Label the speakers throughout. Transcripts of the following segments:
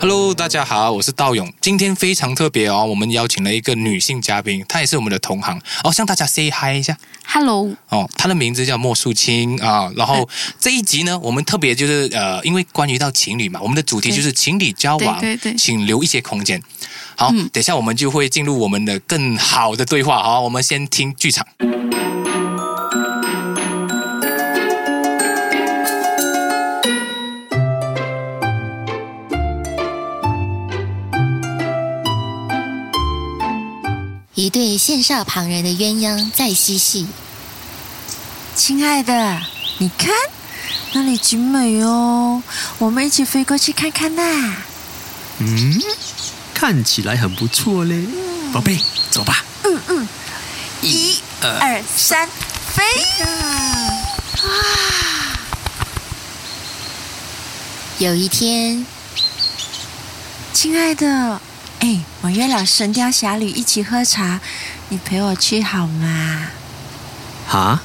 Speaker 1: Hello，大家好，我是道勇。今天非常特别哦，我们邀请了一个女性嘉宾，她也是我们的同行哦，向大家 say hi 一下
Speaker 2: Hello，
Speaker 1: 哦。她的名字叫莫素清啊。然
Speaker 2: 哎
Speaker 1: 后这一集呢，我们特别就是呃，因为关于到情侣嘛，我们的主题就是情侣交往，
Speaker 2: 对对对
Speaker 1: 请留一些空间。好，
Speaker 2: 嗯
Speaker 1: 等一下我们就会进入我们的更好的对话。好，我们先听剧场。
Speaker 3: 一对羡煞旁人的鸳鸯在嬉戏，
Speaker 4: 亲爱的，你看那里景美哦，我们一起飞过去看看呐。
Speaker 5: 嗯，看起来很不错嘞，宝贝，走吧。
Speaker 4: 嗯一、二、三，飞！
Speaker 3: 有一天，
Speaker 4: 亲爱的，哎，我约了《神雕侠侣》一起喝茶，你陪我去好吗？
Speaker 5: 哈，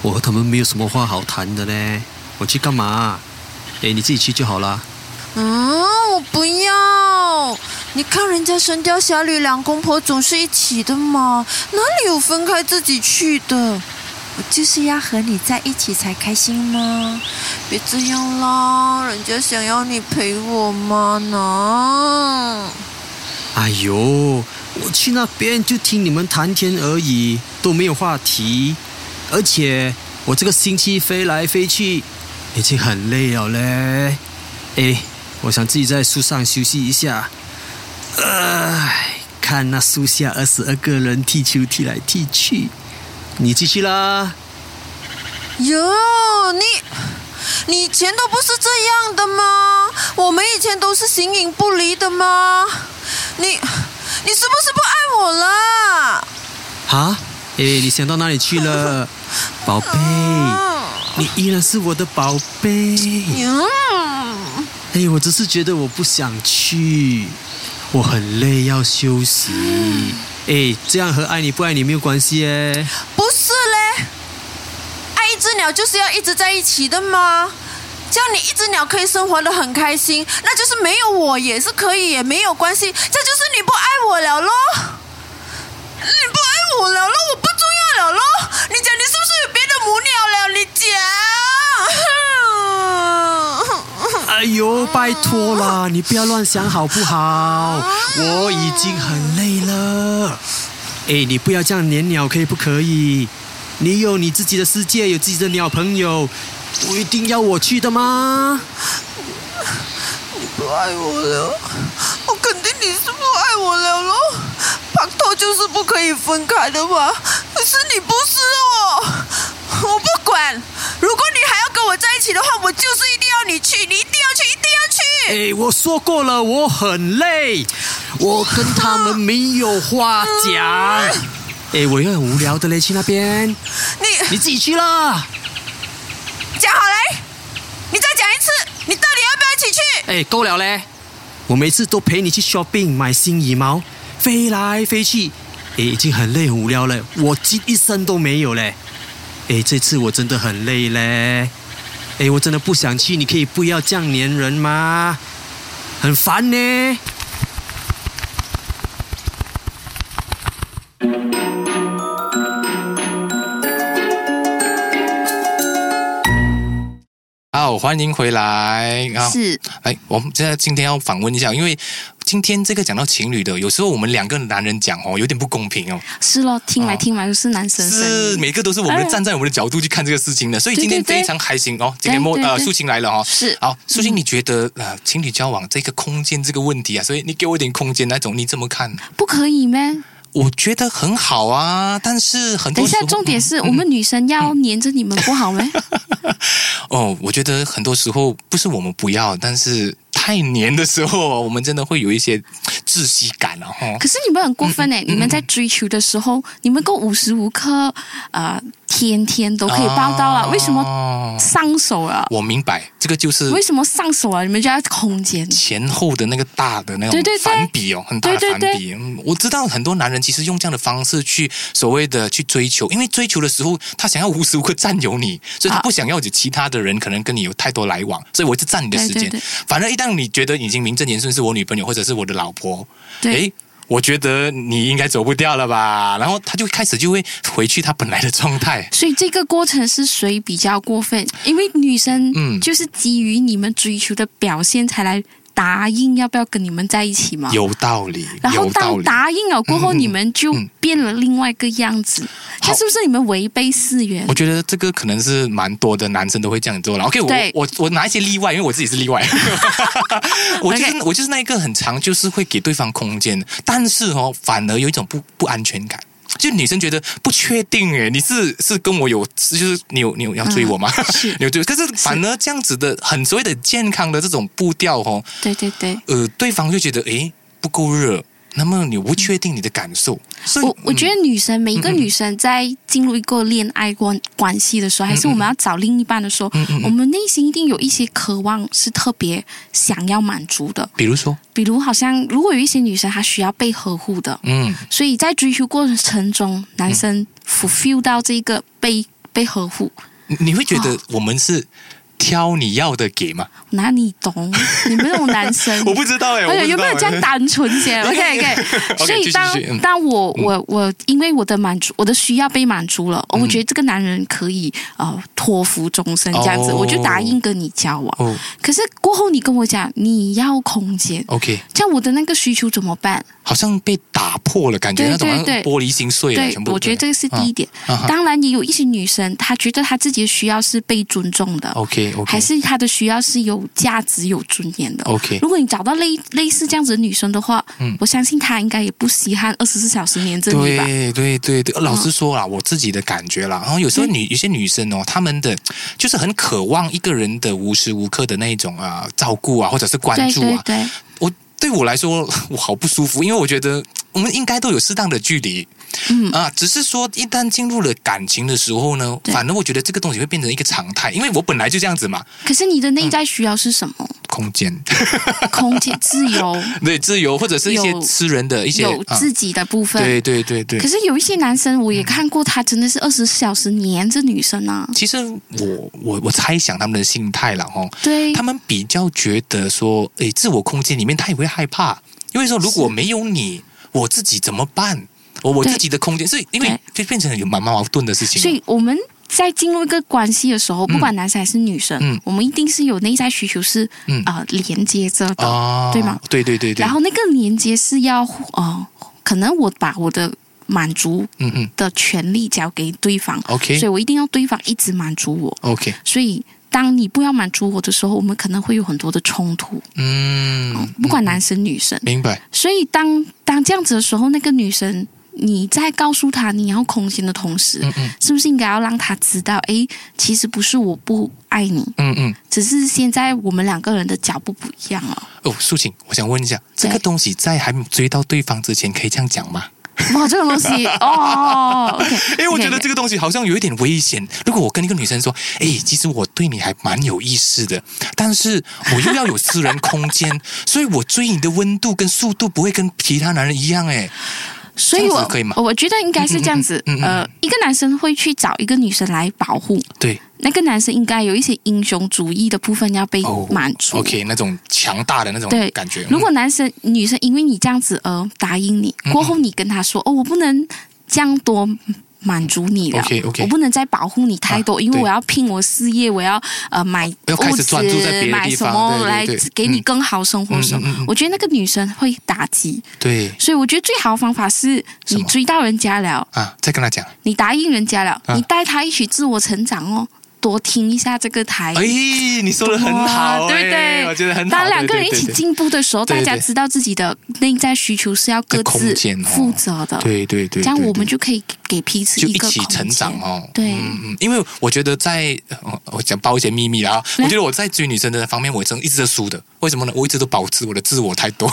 Speaker 5: 我和他们没有什么话好谈的嘞，我去干嘛？哎，你自己去就好啦。
Speaker 4: 嗯，我不要。你看人家《神雕侠侣》两公婆总是一起的嘛，哪里有分开自己去的？我就是要和你在一起才开心嘛！别这样啦，人家想要你陪我嘛呢。
Speaker 5: 哎呦，我去那边就听你们谈天而已，都没有话题，而且我这个星期飞来飞去，已经很累了嘞。哎，我想自己在树上休息一下。唉，看那树下二十二个人踢球踢来踢去，你继续啦。
Speaker 4: 哟，你你以前都不是这样的吗？我们以前都是形影不离的吗？你你是不是不爱我啦？
Speaker 5: 啊，哎，你想到哪里去了，宝贝？你依然是我的宝贝。
Speaker 4: 嗯，
Speaker 5: 哎，我只是觉得我不想去，我很累，要休息。哎，这样和爱你不爱你没有关系哎。
Speaker 4: 不是嘞，爱一只鸟就是要一直在一起的吗？这样你一只鸟可以生活的很开心，那就是没有我也是可以，也没有关系。这就是你不爱我了咯，你不爱我了咯，我不重要了咯。你讲你是不是有别的母鸟了？你讲。
Speaker 5: 哎呦，拜托啦，你不要乱想好不好？我已经很累了。哎，你不要这样撵鸟，可以不可以？你有你自己的世界，有自己的鸟朋友，不一定要我去的吗？
Speaker 4: 不爱我了，我肯定你是不爱我了喽。拍拖就是不可以分开的嘛，可是你不是哦，我不管。如果你还要跟我在一起的话，我就是一定要你去，你一定要去，一定要去。
Speaker 5: 哎，我说过了，我很累，我跟他们没有话讲。哎，我又很无聊的嘞，去那边，
Speaker 4: 你
Speaker 5: 你自己去啦。
Speaker 4: 讲好嘞，你再讲一次，你到底要不要一起去？
Speaker 5: 哎，够了嘞，我每次都陪你去 shopping 买新羽毛，飞来飞去，哎，已经很累很无聊了，我鸡一声都没有嘞。哎，这次我真的很累嘞，哎，我真的不想去，你可以不要这样黏人吗？很烦呢。
Speaker 1: 好，欢迎回来啊！
Speaker 2: 是
Speaker 1: 哎，我们现在今天要访问一下，因为今天这个讲到情侣的，有时候我们两个男人讲哦，有点不公平哦，
Speaker 2: 是咯，听来
Speaker 1: 哦
Speaker 2: 听来都是男生声
Speaker 1: 是
Speaker 2: 音，
Speaker 1: 每个都是我们
Speaker 2: 哎
Speaker 1: 站在我们的角度去看这个事情的，所以
Speaker 2: 对
Speaker 1: 今天
Speaker 2: 对对
Speaker 1: 非常开心哦。今天莫
Speaker 2: 对对
Speaker 1: 呃
Speaker 2: 对
Speaker 1: 素琴来了哦，
Speaker 2: 是嗯
Speaker 1: 好，素琴，你觉得呃情侣交往这个空间这个问题啊，所以你给我一点空间那种，你怎么看？
Speaker 2: 不可以咩？
Speaker 1: 我觉得很好啊，但是很多
Speaker 2: 等一
Speaker 1: 时
Speaker 2: 下
Speaker 1: 候，嗯
Speaker 2: 重点是我们女生要黏着你们不好 咩？
Speaker 1: 哦，我觉得很多时候不是我们不要，但是太黏的时候哦，我们真的会有一些窒息感啊。哦。
Speaker 2: 可是你们很过分哎！你们在追求的时候，你们够无时无刻呃天天都可以报道
Speaker 1: 啊
Speaker 2: 了，为什么
Speaker 1: 么
Speaker 2: 上手了？
Speaker 1: 哦我明白，这个就是
Speaker 2: 为什么上手啊了？你们就要空间？
Speaker 1: 前后的那个大的那种
Speaker 2: 对对对
Speaker 1: 反比哦，很大的
Speaker 2: 对
Speaker 1: 反
Speaker 2: 对
Speaker 1: 比
Speaker 2: 对
Speaker 1: 嗯我知道很多男人其实用这样的方式去所谓的去追求，因为追求的时候他想要无时无刻占有你，所以他
Speaker 2: 啊
Speaker 1: 不想要有其他的人可能跟你有太多来往，所以我就占你的时间。
Speaker 2: 对对对
Speaker 1: 反正一旦你觉得已经名正言顺是我女朋友或者是我的老婆，
Speaker 2: 对
Speaker 1: 诶我觉得你应该走不掉了吧？然后他就开始就会回去他本来的状态。
Speaker 2: 所以这个过程是谁比较过分？因为女
Speaker 1: 嗯
Speaker 2: 生就是基于你们追求的表现才来答应要不要跟你们在一起嘛。
Speaker 1: 有道理，
Speaker 2: 然后
Speaker 1: 有道
Speaker 2: 当
Speaker 1: 理。
Speaker 2: 答应了过后，
Speaker 1: 嗯嗯嗯
Speaker 2: 你们就
Speaker 1: 嗯
Speaker 2: 变了另外一个样子，
Speaker 1: 好
Speaker 2: 这是不是你们违背誓言
Speaker 1: 我？觉得这个可能是蛮多的男生都会这样做了。OK，我
Speaker 2: 对
Speaker 1: 我我拿一些例外，因为我自己是例外。 我就是
Speaker 2: OK
Speaker 1: 我就是那一个很长，就是会给对方空间，但是哦，反而有一种不不安全感。就女生觉得不确定诶，你是是跟我有，就是你有你有要追我吗？
Speaker 2: 是
Speaker 1: 你有追，可是反而这样子的很所谓的健康的这种步调哦，
Speaker 2: 对对对，
Speaker 1: 呃，对方就觉得诶不够热，那么你不确定你的感受，所以
Speaker 2: 我我觉得女生每一个
Speaker 1: 嗯嗯
Speaker 2: 女生在进入一个恋爱关关系的时候，还是我们要找另一半的时候，
Speaker 1: 嗯嗯嗯
Speaker 2: 我们内心一定有一些渴望是特别想要满足的。
Speaker 1: 比如说，
Speaker 2: 比如，好像如果有一些女生她需要被呵护的，
Speaker 1: 嗯，
Speaker 2: 所以在追求过程中，男生 fulfill 到这个被被呵护，
Speaker 1: 你你会觉得我们是挑你要的给吗？，
Speaker 2: 哪里懂？你们这种男生
Speaker 1: 我不知道哎、我不
Speaker 2: 哎呀，
Speaker 1: 知道
Speaker 2: 有没有这样？单纯 些？OK OK，所
Speaker 1: 继续
Speaker 2: 以当
Speaker 1: 继续嗯
Speaker 2: 当我我我因为我的满足，我的需要被满足了，我觉得这个男人可以呃托付终身这样子，
Speaker 1: 哦
Speaker 2: 我就答应跟你交往。
Speaker 1: 哦
Speaker 2: 可是过后你跟我讲你要空间，
Speaker 1: ，OK，
Speaker 2: 这样我的那个需求怎么办？
Speaker 1: 好像被打破了，感觉
Speaker 2: 对
Speaker 1: 那种
Speaker 2: 对
Speaker 1: 好像
Speaker 2: 对
Speaker 1: 玻璃心碎了，
Speaker 2: 对
Speaker 1: 全，部。
Speaker 2: 我觉得这个是第一点
Speaker 1: 啊啊哈。
Speaker 2: 当然也有一些女生，她觉得她自己的需要是被尊重的。
Speaker 1: OK 哦 OK，
Speaker 2: 还是她的需要是有价值、有尊严的。
Speaker 1: OK
Speaker 2: 如果你找到类类似这样子的女生的话，
Speaker 1: 嗯
Speaker 2: 我相信她应该也不稀罕二十四小时黏着你吧。嗯
Speaker 1: 对对对对，老实说啦，我自己的感觉啦，然后有时候女有些女生哦，她们的就是很渴望一个人的无时无刻的那一种啊、照顾啊，或者是关
Speaker 2: 对
Speaker 1: 注
Speaker 2: 对
Speaker 1: 啊。
Speaker 2: 对，
Speaker 1: 我对我来说，我好不舒服，因为我觉得我们应该都有适当的距离。
Speaker 2: 嗯
Speaker 1: 啊，只是说一旦进入了感情的时候呢，
Speaker 2: 对
Speaker 1: 反正我觉得这个东西会变成一个常态，因为我本来就这样子嘛，
Speaker 2: 可是你的内在需要是什么？
Speaker 1: 空间 嗯
Speaker 2: 空间、自由，
Speaker 1: 对自由或者是一些
Speaker 2: 有
Speaker 1: 私人的 一些
Speaker 2: 有
Speaker 1: 啊
Speaker 2: 自己的部分。
Speaker 1: 对对对对
Speaker 2: 可。是有一些男生，我也看过，他真的是二十四小时黏着女生啊。
Speaker 1: 其实我我我猜想他们的心态了哈，
Speaker 2: 对
Speaker 1: 他，们比较觉得说，诶，自我空间里面他也会害怕，因为说如果没有你，我自己怎么办？我我
Speaker 2: 对
Speaker 1: 自己的空间，所以因为就变成有蛮蛮矛盾的事情。
Speaker 2: 所以我们在进入一个关系的时候，不管男生还是女生，
Speaker 1: 嗯
Speaker 2: 我们一定是有内在需求是
Speaker 1: 嗯
Speaker 2: 啊、呃连接着的，
Speaker 1: 啊，
Speaker 2: 对吗？
Speaker 1: 对对对对。
Speaker 2: 然后那个连接是要呃，可能我把我的满足
Speaker 1: 嗯嗯
Speaker 2: 的权利交给对方所以
Speaker 1: ，OK
Speaker 2: 我一定要对方一直满足我。
Speaker 1: OK，
Speaker 2: 所以当你不要满足我的时候，我们可能会有很多的冲突，哦
Speaker 1: 嗯，
Speaker 2: 不管男生女生。
Speaker 1: 明白。
Speaker 2: 所以当当这样子的时候，那个女生。你在告诉她你要空间的同时，
Speaker 1: 嗯嗯
Speaker 2: 是不是应该要让她知道？诶，其实不是我不爱你，
Speaker 1: 嗯嗯。
Speaker 2: 只是现在我们两个人的脚步不一样 了。
Speaker 1: 哦，素琴，我想问一下，这
Speaker 2: 对
Speaker 1: 个东西在还没追到对方之前，可以这样讲吗？
Speaker 2: 哇，这种东西哦，OK，
Speaker 1: 因为我觉得这
Speaker 2: 个
Speaker 1: 个东西好像有一点危险。如果我跟一个女生说，哎，其实我对你还蛮有意思的，但是我又要有私人空间， 所以我追你的温度跟速度不会跟其他男人一样。哎，
Speaker 2: 所以
Speaker 1: 这样
Speaker 2: 我
Speaker 1: 子可以吗
Speaker 2: 我觉得应该是这样子，
Speaker 1: 嗯嗯嗯嗯嗯
Speaker 2: 呃，一个男生会去找一个女生来保护，
Speaker 1: 对
Speaker 2: 那个男生应该有一些英雄主义的部分要被
Speaker 1: 哦
Speaker 2: 满足。
Speaker 1: ，OK，那种强大的那种
Speaker 2: 对
Speaker 1: 感觉。嗯
Speaker 2: 如果男生、女生因为你这样子而答应你，过后你跟他说哦，我不能这样多满足你了
Speaker 1: OK，OK
Speaker 2: 我不能再保护你太多，
Speaker 1: 啊
Speaker 2: 因为
Speaker 1: 对
Speaker 2: 我要拼我事业，我要呃买
Speaker 1: 要开
Speaker 2: 物
Speaker 1: 始
Speaker 2: 质
Speaker 1: 专注在别的地，方
Speaker 2: 买什
Speaker 1: 对
Speaker 2: 么
Speaker 1: 对
Speaker 2: 来
Speaker 1: 对
Speaker 2: 给你
Speaker 1: 嗯
Speaker 2: 更好生活的时候，
Speaker 1: 嗯嗯嗯嗯
Speaker 2: 我觉得那个女生会打击，
Speaker 1: 嗯对
Speaker 2: 所以我觉得最好的方法是
Speaker 1: 什
Speaker 2: 你
Speaker 1: 么
Speaker 2: 追到人家了，
Speaker 1: 啊，再跟他讲，
Speaker 2: 你答应人家了，
Speaker 1: 啊
Speaker 2: 你带他一起自我成长哦，多听一下这个台。
Speaker 1: 哎，你说的很好，
Speaker 2: 哇对不
Speaker 1: 哎
Speaker 2: 对？
Speaker 1: 我觉得很好。
Speaker 2: 当两个
Speaker 1: 对
Speaker 2: 人一
Speaker 1: 对对
Speaker 2: 起
Speaker 1: 对
Speaker 2: 进步的时候，
Speaker 1: 对对
Speaker 2: 大家知道自己的内在需求是要各
Speaker 1: 的空
Speaker 2: 自
Speaker 1: 间哦
Speaker 2: 负责的，
Speaker 1: 对对对，
Speaker 2: 这样
Speaker 1: 对
Speaker 2: 我们
Speaker 1: 对
Speaker 2: 就可以给彼此
Speaker 1: 就
Speaker 2: 一
Speaker 1: 一
Speaker 2: 个
Speaker 1: 起
Speaker 2: 空间
Speaker 1: 成长哦。
Speaker 2: 对
Speaker 1: 嗯嗯，因为我觉得在呃我讲爆一些秘密啦，我觉得我在追女生的方面，我真的一直都输的。为什么呢？我一直都保持我的自我太多，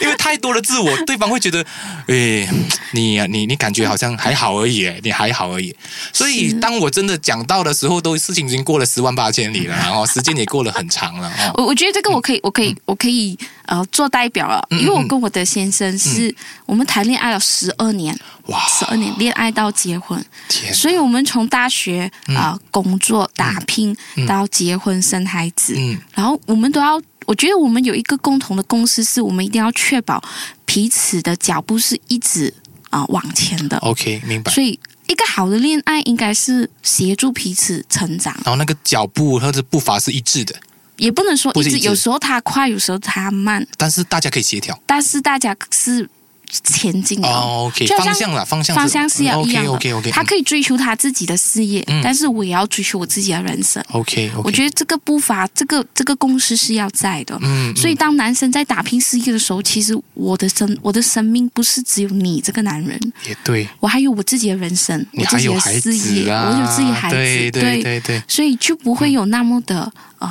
Speaker 1: 因为太多的自我，对方会觉得，诶、你呀你你感觉好像还好而已，你还好而已。所以当我真的讲到的时候，都事情已经过了十万八千里了，然后时间也过了很长了。哦
Speaker 2: 我我觉得这个我可以，我可以，我可以呃做代表了，
Speaker 1: 嗯
Speaker 2: 因为我跟我的先生是我们谈恋爱了十二年，
Speaker 1: 哇，
Speaker 2: 十二年恋爱到结婚，
Speaker 1: 天，嗯
Speaker 2: 所以我们从大学啊、呃工作打拼到结婚生孩子，
Speaker 1: 嗯
Speaker 2: 然后我们都要，我觉得我们有一个共同的共识，是我们一定要确保彼此的脚步是一直啊、呃往前的，
Speaker 1: ，OK，明白。
Speaker 2: 所以一个好的恋爱应该是协助彼此成长。
Speaker 1: 然后那个脚步或者步伐是一致的，
Speaker 2: 也不能说
Speaker 1: 不
Speaker 2: 一
Speaker 1: 是
Speaker 2: 直，
Speaker 1: 一致
Speaker 2: 有时候它快，有时候它慢，
Speaker 1: 但是大家可以协调。
Speaker 2: 但是大家是前进的。
Speaker 1: 哦，OK，
Speaker 2: 就好
Speaker 1: 方
Speaker 2: 像
Speaker 1: 向了，方向嗯
Speaker 2: 方向是要一样的
Speaker 1: OK OK OK，
Speaker 2: 他可以追求他自己的事业，
Speaker 1: 嗯
Speaker 2: 但是我也要追求我自己的人生。
Speaker 1: OK OK，
Speaker 2: 我觉得这个步伐，这个这个公式是要在的。
Speaker 1: 嗯，嗯
Speaker 2: 所以，当男生在打拼事业的时候，其实我的生我的生命不是只有你这个男人，
Speaker 1: 也对，
Speaker 2: 我还有我自己的人生，
Speaker 1: 你
Speaker 2: 我
Speaker 1: 还
Speaker 2: 自己
Speaker 1: 有
Speaker 2: 的
Speaker 1: 孩
Speaker 2: 事业，
Speaker 1: 子啊，
Speaker 2: 我有自己孩子，
Speaker 1: 对对对嗯对，
Speaker 2: 所以就不会有那么的呃，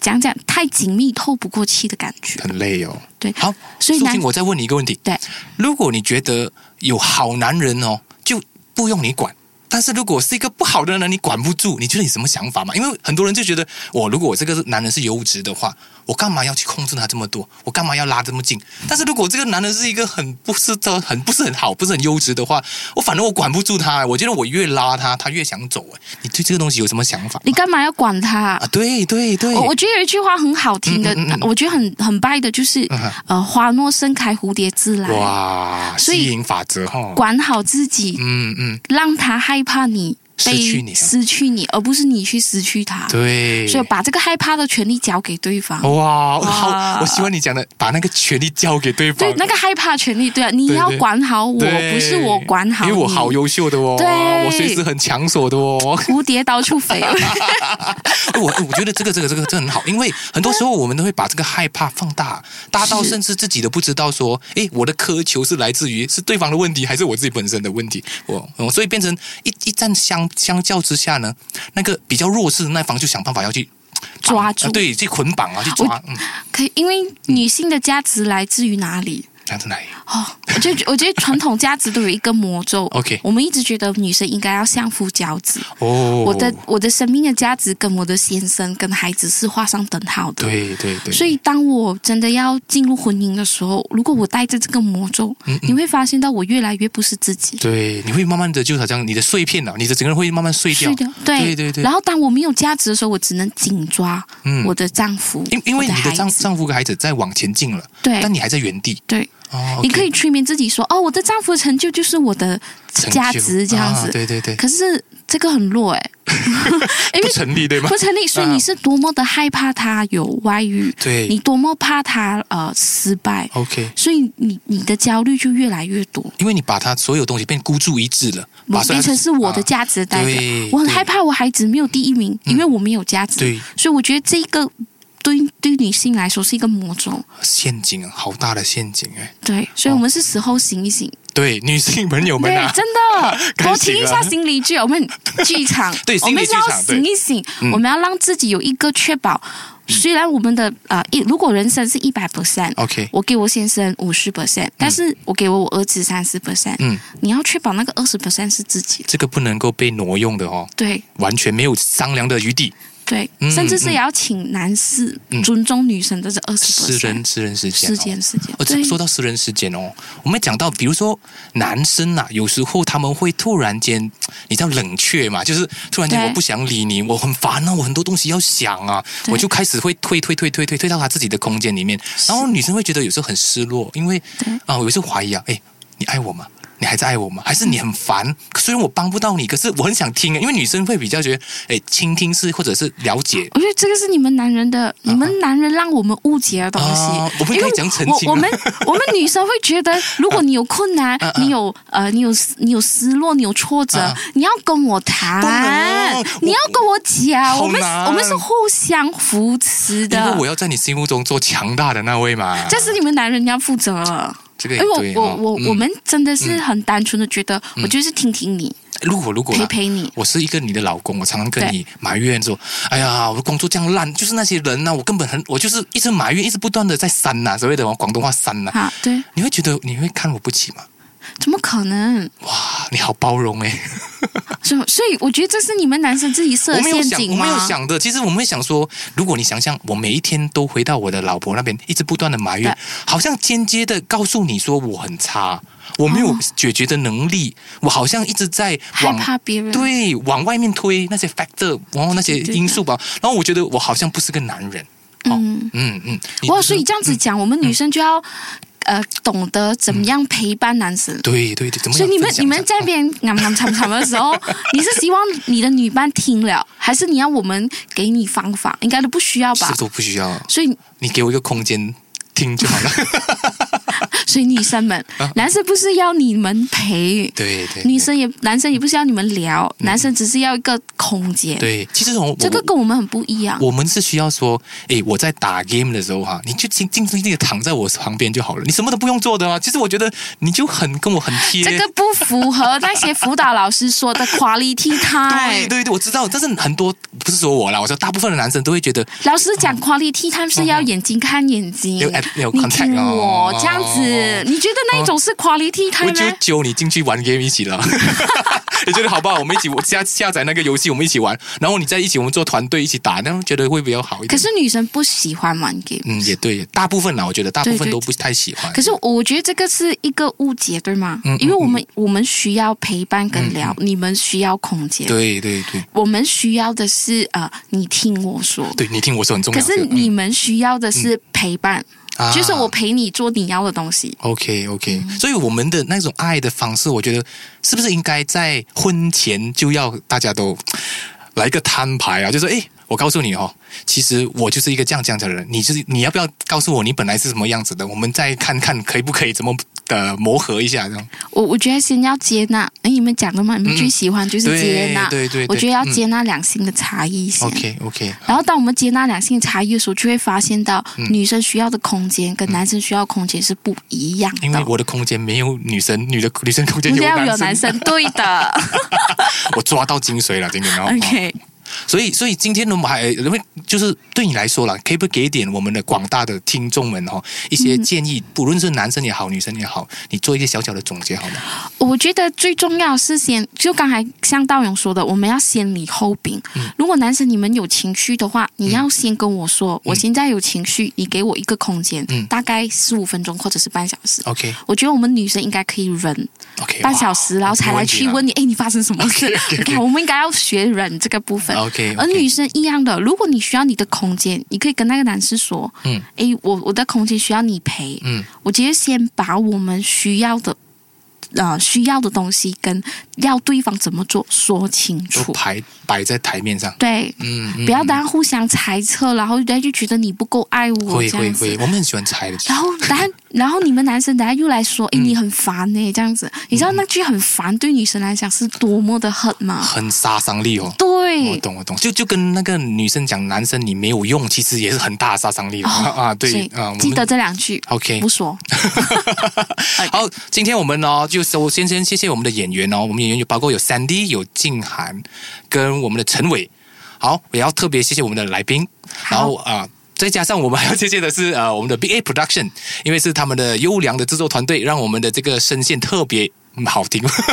Speaker 2: 讲讲太紧密透不过气的感觉。
Speaker 1: 很累哦。
Speaker 2: 对，
Speaker 1: 好，
Speaker 2: 所以
Speaker 1: 素
Speaker 2: 男
Speaker 1: 琴，我再问你一个问题，
Speaker 2: 对，
Speaker 1: 如果你觉得有好男人哦，就不用你管。但是如果是一个不好的人，你管不住，你觉得你什么想法嘛？因为很多人就觉得，我如果我这个男人是优质的话，我干嘛要去控制他这么多？我干嘛要拉这么近？但是如果这个男人是一个很不是的、很不是很好、不是很优质的话，我反正我管不住他，我觉得我越拉他，他越想走。哎，你对这个东西有什么想法吗？
Speaker 2: 你干嘛要管他
Speaker 1: 啊，？对对对，
Speaker 2: 我哦我觉得有一句话很好听的，呃
Speaker 1: 嗯嗯嗯嗯
Speaker 2: 我觉得很很拜的，就是
Speaker 1: 嗯哼
Speaker 2: 呃，花落盛开，蝴蝶自来。
Speaker 1: 哇，
Speaker 2: 所以
Speaker 1: 吸引法则哈、哦，
Speaker 2: 管好自己，
Speaker 1: 嗯嗯，
Speaker 2: 让他害怕你被
Speaker 1: 失去你啊
Speaker 2: 失去你，而不是你去失去他。
Speaker 1: 对，哦
Speaker 2: 所以把这个害怕的权利交给对方。
Speaker 1: 哇，好，我喜欢你讲的，把那个权利交给对方。
Speaker 2: 对，那个害怕权利，对啊，你
Speaker 1: 对
Speaker 2: 要
Speaker 1: 对
Speaker 2: 管好我，
Speaker 1: 对
Speaker 2: 不是我管好
Speaker 1: 因
Speaker 2: 你。
Speaker 1: 为我好优秀的哦，
Speaker 2: 对
Speaker 1: 我随时很抢手的 哦。
Speaker 2: 蝴蝶到 处飞。
Speaker 1: 哎我我觉得这个这个这个这个很好，因为很多时候我们都会把这个害怕放大，大到
Speaker 2: 是
Speaker 1: 甚至自己都不知道说，哎，我的苛求是来自于是对方的问题，还是我自己本身的问题？我我所以变成一一战相相较之下呢，那个比较弱势的那一方就想办法要去
Speaker 2: 抓
Speaker 1: 绑
Speaker 2: 住
Speaker 1: 啊对，去捆绑啊，去抓，嗯，
Speaker 2: 可以，因为女性的价值来自于哪里？
Speaker 1: 这样子来，
Speaker 2: 哦，我就我觉得传统价值都有一个魔咒。
Speaker 1: OK
Speaker 2: 我们一直觉得女生应该要相夫教子。
Speaker 1: 哦，
Speaker 2: 我的我的生命的价值跟我的先生跟孩子是画上等号的。。
Speaker 1: 对对对，
Speaker 2: 所以，当我真的要进入婚姻的时候，如果我带着这个魔咒，
Speaker 1: 嗯
Speaker 2: 你会发现到我越来越不是自己。
Speaker 1: 对，你会慢慢的就好像你的碎片了、你的整个人会慢慢碎掉。
Speaker 2: 是的，对
Speaker 1: 对对对
Speaker 2: 然后，当我没有价值的时候，我只能紧抓
Speaker 1: 嗯
Speaker 2: 我的丈夫，
Speaker 1: 因因为你
Speaker 2: 我
Speaker 1: 的
Speaker 2: 孩
Speaker 1: 丈
Speaker 2: 子
Speaker 1: 丈夫跟孩子在往前进了，
Speaker 2: 对
Speaker 1: 但你还在原地。
Speaker 2: 对。
Speaker 1: 哦，
Speaker 2: 你可以催眠自己说：“哦，我的丈夫的成就就是我的
Speaker 1: 成就
Speaker 2: 价值，这样
Speaker 1: 啊
Speaker 2: 子。
Speaker 1: 对对对，
Speaker 2: 可是这个很弱哎、 因
Speaker 1: 不
Speaker 2: 为
Speaker 1: 成立对吗
Speaker 2: 不？成立，所以
Speaker 1: 啊
Speaker 2: 你是多么的害怕他有外遇，
Speaker 1: 对哦
Speaker 2: 你多么怕他呃失败，
Speaker 1: OK，
Speaker 2: 所以你你的焦虑就越来越多，
Speaker 1: 因为你把他所有东西变孤注一掷了，把所有
Speaker 2: 变成是我的价值代
Speaker 1: 啊
Speaker 2: 表。
Speaker 1: 对
Speaker 2: 我很
Speaker 1: 对嗯
Speaker 2: 害怕我孩子没有第一名，因为我没有价值，
Speaker 1: 对
Speaker 2: 所以我觉得这个对对女性来说是一个魔咒，
Speaker 1: 陷阱啊，好大的陷阱哎！
Speaker 2: 对，所以我们是时候醒一醒，
Speaker 1: 对，女性朋哦友们啊
Speaker 2: 对，，真 的
Speaker 1: 该醒了，
Speaker 2: 多听一下心理剧，我们剧场
Speaker 1: 对
Speaker 2: 我
Speaker 1: 心理
Speaker 2: 们
Speaker 1: 剧
Speaker 2: 是
Speaker 1: 场
Speaker 2: 要醒一醒
Speaker 1: 嗯，
Speaker 2: 我们要让自己有一个确保。虽然我们的呃一，如果人生是一百 percent。
Speaker 1: OK，
Speaker 2: 我给我先生五十 percent，但是我给我我儿子三十 percent，
Speaker 1: 嗯，
Speaker 2: 你要确保那个二十 percent 是自己的，
Speaker 1: 这个不能够被挪用的哦，
Speaker 2: 对
Speaker 1: 完全没有商量的余地，
Speaker 2: 对，
Speaker 1: 嗯
Speaker 2: 甚至是也要请男士
Speaker 1: 嗯
Speaker 2: 尊重女生的这二十
Speaker 1: 私
Speaker 2: percent
Speaker 1: 人私人时间、哦，
Speaker 2: 时间时间，
Speaker 1: 而且
Speaker 2: 对
Speaker 1: 说到私人时间哦，我们讲到，比如说男生呐、有时候他们会突然间，你知道冷却嘛，就是突然间
Speaker 2: 对
Speaker 1: 我不想理你，我很烦啊，我很多东西要想啊，
Speaker 2: 对
Speaker 1: 我就开始会退退退退退退到他自己的空间里面，然后女生会觉得有时候很失落，因为
Speaker 2: 对
Speaker 1: 啊，我有时候怀疑啊，哎，你爱我吗？你还在爱我吗？还是你很烦？虽然我帮不到你，可是我很想听，因为女生会比较觉得，哎，倾听是或者是了解
Speaker 2: 我觉得这个是你们男人的，你们男人让我们误解的东西。
Speaker 1: 啊我们
Speaker 2: 因
Speaker 1: 可
Speaker 2: 为
Speaker 1: 以讲澄清啊
Speaker 2: 我我们 我们女生会 觉得，如果你有困难，
Speaker 1: 啊啊
Speaker 2: 你有呃，你有你有失落，你有挫折，
Speaker 1: 啊
Speaker 2: 你要跟我
Speaker 1: 不
Speaker 2: 谈
Speaker 1: 能，
Speaker 2: 你要跟我讲，
Speaker 1: 我
Speaker 2: 我们
Speaker 1: 好难
Speaker 2: 我们是互相扶持
Speaker 1: 因为
Speaker 2: 的
Speaker 1: 我。要在你心目中做强大的那位嘛。
Speaker 2: 这是你们男人要负责。
Speaker 1: 这个
Speaker 2: 因
Speaker 1: 也对
Speaker 2: 为我
Speaker 1: 哦
Speaker 2: 我我
Speaker 1: 嗯
Speaker 2: 我们真的是很单纯的觉得，我就是听听你，
Speaker 1: 如果如果啦
Speaker 2: 陪陪你
Speaker 1: 我是一个你的老公，我常常跟你埋怨说，哎呀，我的工作这样烂，就是那些人呐、啊我根本很，我就是一直埋怨，一直不断的在删呐、所谓的广东话删呐、
Speaker 2: 啊，对，
Speaker 1: 你会觉得你会看我不起吗？
Speaker 2: 怎么可能？
Speaker 1: 哇，你好包容哎、
Speaker 2: 所以所以我觉得这是你们男生自己设
Speaker 1: 我
Speaker 2: 的
Speaker 1: 没有
Speaker 2: 陷
Speaker 1: 想，我
Speaker 2: 阱吗？
Speaker 1: 没有想的。其实我们会想说，如果你想象我每一天都回到我的老婆那边，一直不断的埋怨
Speaker 2: 对，
Speaker 1: 好像间接的告诉你说我很差，我没有解决的能力，我好像一直在
Speaker 2: 哦害
Speaker 1: 往
Speaker 2: 怕别人
Speaker 1: 对往外面推那些 factor，然后那些
Speaker 2: 嗯对对
Speaker 1: 因素吧。然后我觉得我好像不是个男人。哦
Speaker 2: 嗯
Speaker 1: 嗯嗯，你
Speaker 2: 哇，所以这样子讲，我们女生就要呃懂得怎么样陪伴男生。
Speaker 1: 对对嗯对，怎么
Speaker 2: 所
Speaker 1: 样
Speaker 2: 以你们
Speaker 1: 分享
Speaker 2: 你们
Speaker 1: 一下
Speaker 2: 在那边喃喃惨惨的时候， 你是希望你的女伴听了，还是你要我们给你方法？应该都不需要吧
Speaker 1: 是。都不需要，
Speaker 2: 所以
Speaker 1: 你给我一个空间听就好 了。
Speaker 2: 所以女生们，男生不是要你们陪，
Speaker 1: 啊对对，对嗯
Speaker 2: 女生也男生也不是要你们聊，男生只是要一个空间。，
Speaker 1: 对，其实我
Speaker 2: 这个
Speaker 1: 我
Speaker 2: 跟我们很不一样。
Speaker 1: 我们是需要说，诶，我在打 game 的时候哈、你就静静静静的躺在我旁边就好了，你什么都不用做的啊。其实我觉得你就很跟我很贴。
Speaker 2: 这个不符合那些辅导老师说的 quality
Speaker 1: 对
Speaker 2: time。
Speaker 1: 对对，我知道，但是很多不是说我啦，我说大部分的男生都会觉得
Speaker 2: 老师讲 quality time 是要眼睛看眼睛，
Speaker 1: 有有
Speaker 2: 你
Speaker 1: contact
Speaker 2: 听
Speaker 1: 哦
Speaker 2: 我这样子，你觉得那一种是 quality
Speaker 1: 我
Speaker 2: time
Speaker 1: 就
Speaker 2: 吗？
Speaker 1: 揪你进去玩 game 一起了。 你觉得好不好？我们一起我下下载那个游戏，我们一起玩，然后你在一起，我们做团队一起打，那样觉得会比较好一点。
Speaker 2: 可是女生不喜欢玩 game，、
Speaker 1: 嗯，也对，大部分啦，我觉得大部
Speaker 2: 对
Speaker 1: 分
Speaker 2: 对
Speaker 1: 都不太喜欢。
Speaker 2: 可是我觉得这个是一个误解，对吗？
Speaker 1: 嗯嗯嗯
Speaker 2: 因为我们、我们需要陪伴跟聊，你们需要空间，
Speaker 1: 对对对
Speaker 2: 我们需要的是呃，你听我说。
Speaker 1: 对，你听我说很重要。嗯
Speaker 2: 可是
Speaker 1: 这个
Speaker 2: 你们需要的是陪伴，
Speaker 1: 嗯
Speaker 2: 就是
Speaker 1: 啊
Speaker 2: 我陪你做你要的东西。
Speaker 1: OK OK，、所以我们的那种爱的方式，我觉得是不是应该在婚前就要大家都来一个摊牌啊？就说，诶，我告诉你哦，其实我就是一个这样这样的人，你就是你要不要告诉我你本来是什么样子的？我们再看看可以不可以怎么呃磨合一下这样。
Speaker 2: 我我觉得先要接纳，诶你们讲的嘛，你们最喜欢就是接纳，
Speaker 1: 嗯对对对对
Speaker 2: 我觉得要
Speaker 1: 嗯
Speaker 2: 接纳两性的差异性。
Speaker 1: OK OK，
Speaker 2: 然后，当我们接纳两性差异的时候，就会发现到
Speaker 1: 嗯
Speaker 2: 女生需要的空间跟男生需要的空间是不一样的。
Speaker 1: 因为我的空间没有女生，女的女生 空间
Speaker 2: 你
Speaker 1: 有
Speaker 2: 要
Speaker 1: 男
Speaker 2: 有
Speaker 1: 生，
Speaker 2: 男生，对的。
Speaker 1: 我抓到精髓了，今天哦。
Speaker 2: OK，
Speaker 1: 所以，所以今天呢，我们还因为就是对你来说啦，可以不可以给一点我们的广大的听众们哈、哦、一些建议，不论是男生也好，女生也好，你做一些小小的总结好吗？
Speaker 2: 我觉得最重要是先，就刚才像道勇说的，我们要先礼后兵。
Speaker 1: 嗯
Speaker 2: 如果男生你们有情绪的话，你要先跟我说，我现在有情绪，你给我一个空间，
Speaker 1: 嗯
Speaker 2: 大概十五分钟或者是半小时。
Speaker 1: OK
Speaker 2: 我觉得我们女生应该可以忍
Speaker 1: OK，
Speaker 2: 半小时，然后才来
Speaker 1: 啊
Speaker 2: 去问你，哎，你发生什么 事
Speaker 1: OK，OK，OK
Speaker 2: 你看，我们应该要学忍这个部分。
Speaker 1: OK，OK
Speaker 2: 而女生一样的，如果你需要你的空间，你可以跟那个男士说，
Speaker 1: 嗯
Speaker 2: 哎，我我的空间需要你陪，
Speaker 1: 嗯
Speaker 2: 我觉得先把我们需要的。呃，需要的东西跟要对方怎么做说清
Speaker 1: 都
Speaker 2: 楚，
Speaker 1: 排摆在台面上，
Speaker 2: 对，
Speaker 1: 嗯，嗯
Speaker 2: 不要大家互相猜测，然后人家就觉得你不够爱我
Speaker 1: 会
Speaker 2: 这
Speaker 1: 会
Speaker 2: 样子
Speaker 1: 会，。我们很喜欢猜的。
Speaker 2: 然后，然后，然后你们男生等下又来说，
Speaker 1: 嗯
Speaker 2: 哎，你很烦呢、这样子。你知道那句很烦对女生来讲是多么的恨吗？
Speaker 1: 很杀伤力哦。我
Speaker 2: 对，
Speaker 1: 懂，我懂，就就跟那个女生讲男生你没有用，其实也是很大的杀伤力的、 啊。
Speaker 2: 哦所
Speaker 1: 对
Speaker 2: 以
Speaker 1: 啊，我们
Speaker 2: 记得这两句
Speaker 1: OK
Speaker 2: 不说。
Speaker 1: 好，今天我们呢、就首先先谢谢我们的演员哦，我们演员有包括有 Sandy、有静涵跟我们的陈伟。好，也要特别谢谢我们的来宾，然后啊。再加上我们还要谢谢的是 呃我们的 B A Production，因为是他们的优良的制作团队，让我们的这个声线特别、嗯好听，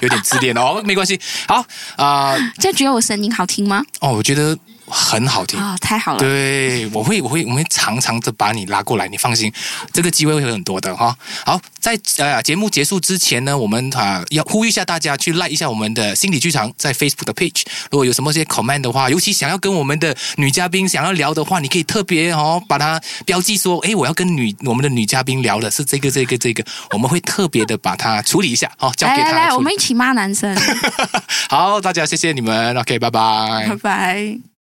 Speaker 1: 有点自恋哦，没关系。好啊、
Speaker 2: 这样觉得我声音好听吗？
Speaker 1: 哦，我觉得很好听，
Speaker 2: 啊、太好了。
Speaker 1: 对，我会，我会，我们会常常的把你拉过来，你放心，这个机会会有很多的哈。好，在呃节目结束之前呢，我们啊、要呼吁一下大家去 like 一下我们的心理剧场在 Facebook 的 page。如果有什么些 comment 的话，尤其想要跟我们的女嘉宾想要聊的话，你可以特别哦把它标记说，诶，我要跟女我们的女嘉宾聊的是这个这个这个，我们会特别的把它处理一下，哦，交
Speaker 2: 来
Speaker 1: 给
Speaker 2: 来
Speaker 1: 她
Speaker 2: 来，
Speaker 1: 处
Speaker 2: 哎我
Speaker 1: 理
Speaker 2: 们一起骂男生，
Speaker 1: 好，大家谢谢你们，OK，拜拜
Speaker 2: 拜拜。